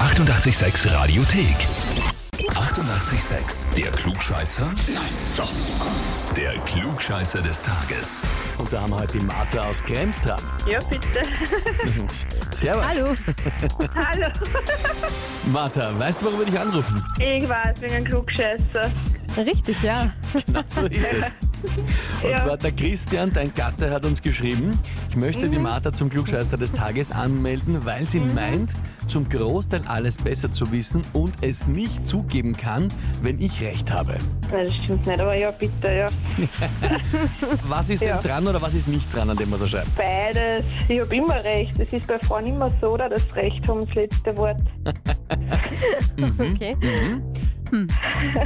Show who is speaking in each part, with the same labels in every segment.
Speaker 1: 886 Radiothek. 88,6. Der Klugscheißer? Nein, doch. Der Klugscheißer des Tages.
Speaker 2: Und da haben wir heute die Martha aus Krems dran.
Speaker 3: Ja, bitte.
Speaker 2: Servus.
Speaker 4: Hallo.
Speaker 3: Hallo.
Speaker 2: Martha, weißt du, warum wir dich anrufen?
Speaker 3: Ich weiß, wegen einem Klugscheißer.
Speaker 4: Richtig, ja.
Speaker 2: Genau so ist es. Und
Speaker 3: Ja.
Speaker 2: zwar der Christian, dein Gatte, hat uns geschrieben, ich möchte
Speaker 3: Mhm.
Speaker 2: die Martha zum Klugscheißer des Tages anmelden, weil sie meint, zum Großteil alles besser zu wissen und es nicht zugeben kann, wenn ich recht habe.
Speaker 3: Nein, das stimmt nicht, aber ja, bitte, ja.
Speaker 2: Was ist
Speaker 3: Ja.
Speaker 2: denn dran oder was ist nicht dran an dem, was er schreibt?
Speaker 3: Beides. Ich habe immer recht. Es ist bei Frauen immer so, oder? Das Recht haben das letzte Wort.
Speaker 4: Okay.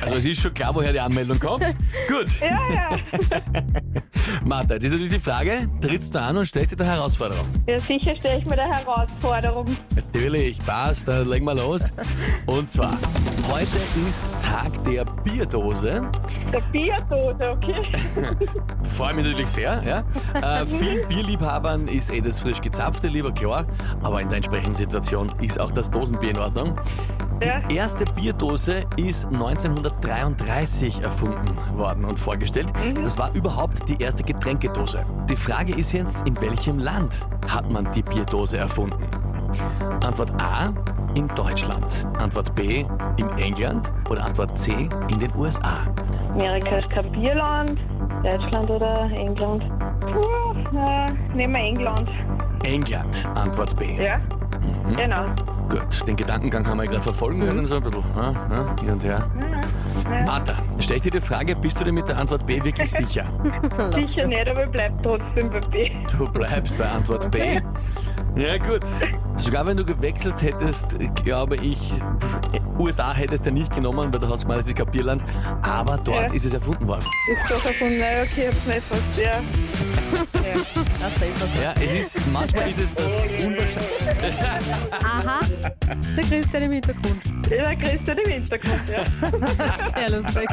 Speaker 2: Also es ist schon klar, woher die Anmeldung kommt. Gut,
Speaker 3: Ja, ja.
Speaker 2: Martha, jetzt ist natürlich die Frage, trittst du an und stellst dir der Herausforderung?
Speaker 3: Ja, sicher stelle ich mir der Herausforderung.
Speaker 2: Natürlich, passt, dann legen wir los. Und zwar, heute ist Tag der Bierdose.
Speaker 3: Der Bierdose, okay?
Speaker 2: Freue mich natürlich sehr. Ja. Äh, vielen Bierliebhabern ist eh das frisch gezapfte lieber klar, aber in der entsprechenden Situation ist auch das Dosenbier in Ordnung.
Speaker 3: Ja.
Speaker 2: Die erste Bierdose ist 1933 erfunden worden und vorgestellt. Das war überhaupt die erste Getränkedose. Die Frage ist jetzt, in welchem Land hat man die Bierdose erfunden? Antwort A in Deutschland, Antwort B in England oder Antwort C in den USA.
Speaker 3: Amerika ist kein Bierland. Deutschland oder England? Puh, äh, nehmen wir England.
Speaker 2: England, Antwort B.
Speaker 3: Ja? Genau.
Speaker 2: Gut, den Gedankengang haben wir gerade verfolgen können, so ein bisschen ja, ja, hin und her.
Speaker 3: Ja,
Speaker 2: Martha, stell ich dir die Frage, bist du dir mit der Antwort B wirklich sicher?
Speaker 3: sicher nicht, aber ich bleibe trotzdem bei B.
Speaker 2: Du bleibst bei Antwort B. Ja gut. Sogar wenn du gewechselt hättest, glaube ich, äh, USA hättest du nicht genommen, weil du hast gemeint, es ist kein Bierland, aber dort
Speaker 3: Ja.
Speaker 2: ist es erfunden worden.
Speaker 3: Ist doch erfunden, nein, okay, ich hab's nicht fast, ja. ja.
Speaker 2: Ja, es ist, manchmal ist es das Unwahrscheinliche.
Speaker 4: Aha. Der Christian im Hintergrund.
Speaker 3: Ja, Christian im Hintergrund, ja.
Speaker 4: Sehr lustig.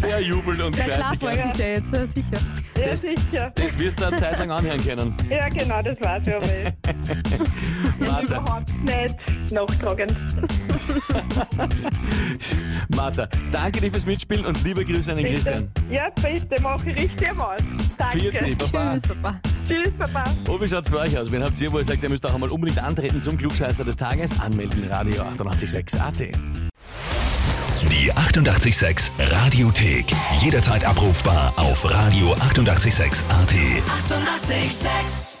Speaker 2: Der jubelt und
Speaker 4: Ja, klar freut
Speaker 2: Kreisigkeit.
Speaker 4: sich der jetzt, ja, sicher.
Speaker 3: Ja,
Speaker 2: Das-
Speaker 3: sicher.
Speaker 2: Das wirst du eine Zeit lang anhören können.
Speaker 3: Ja, genau, das weiß ich aber eh. Das ist
Speaker 2: Martha.
Speaker 3: überhaupt nicht nachtragend.
Speaker 2: Martha, danke dir fürs Mitspielen und liebe Grüße an den Christian.
Speaker 3: Ja, bitte, mach ich richtig einmal. Danke.
Speaker 2: Vierte, Baba.
Speaker 4: Tschüss, Papa.
Speaker 3: Tschüss, Papa.
Speaker 2: Oh, wie schaut's bei euch aus? Wen habt ihr, wo ihr sagt, ihr müsst auch einmal unbedingt antreten zum Klugscheißer des Tages? Anmelden, Radio 886 AT.
Speaker 1: Die 88,6 Radiothek. Jederzeit abrufbar auf radio886.at. 88,6.
Speaker 5: 886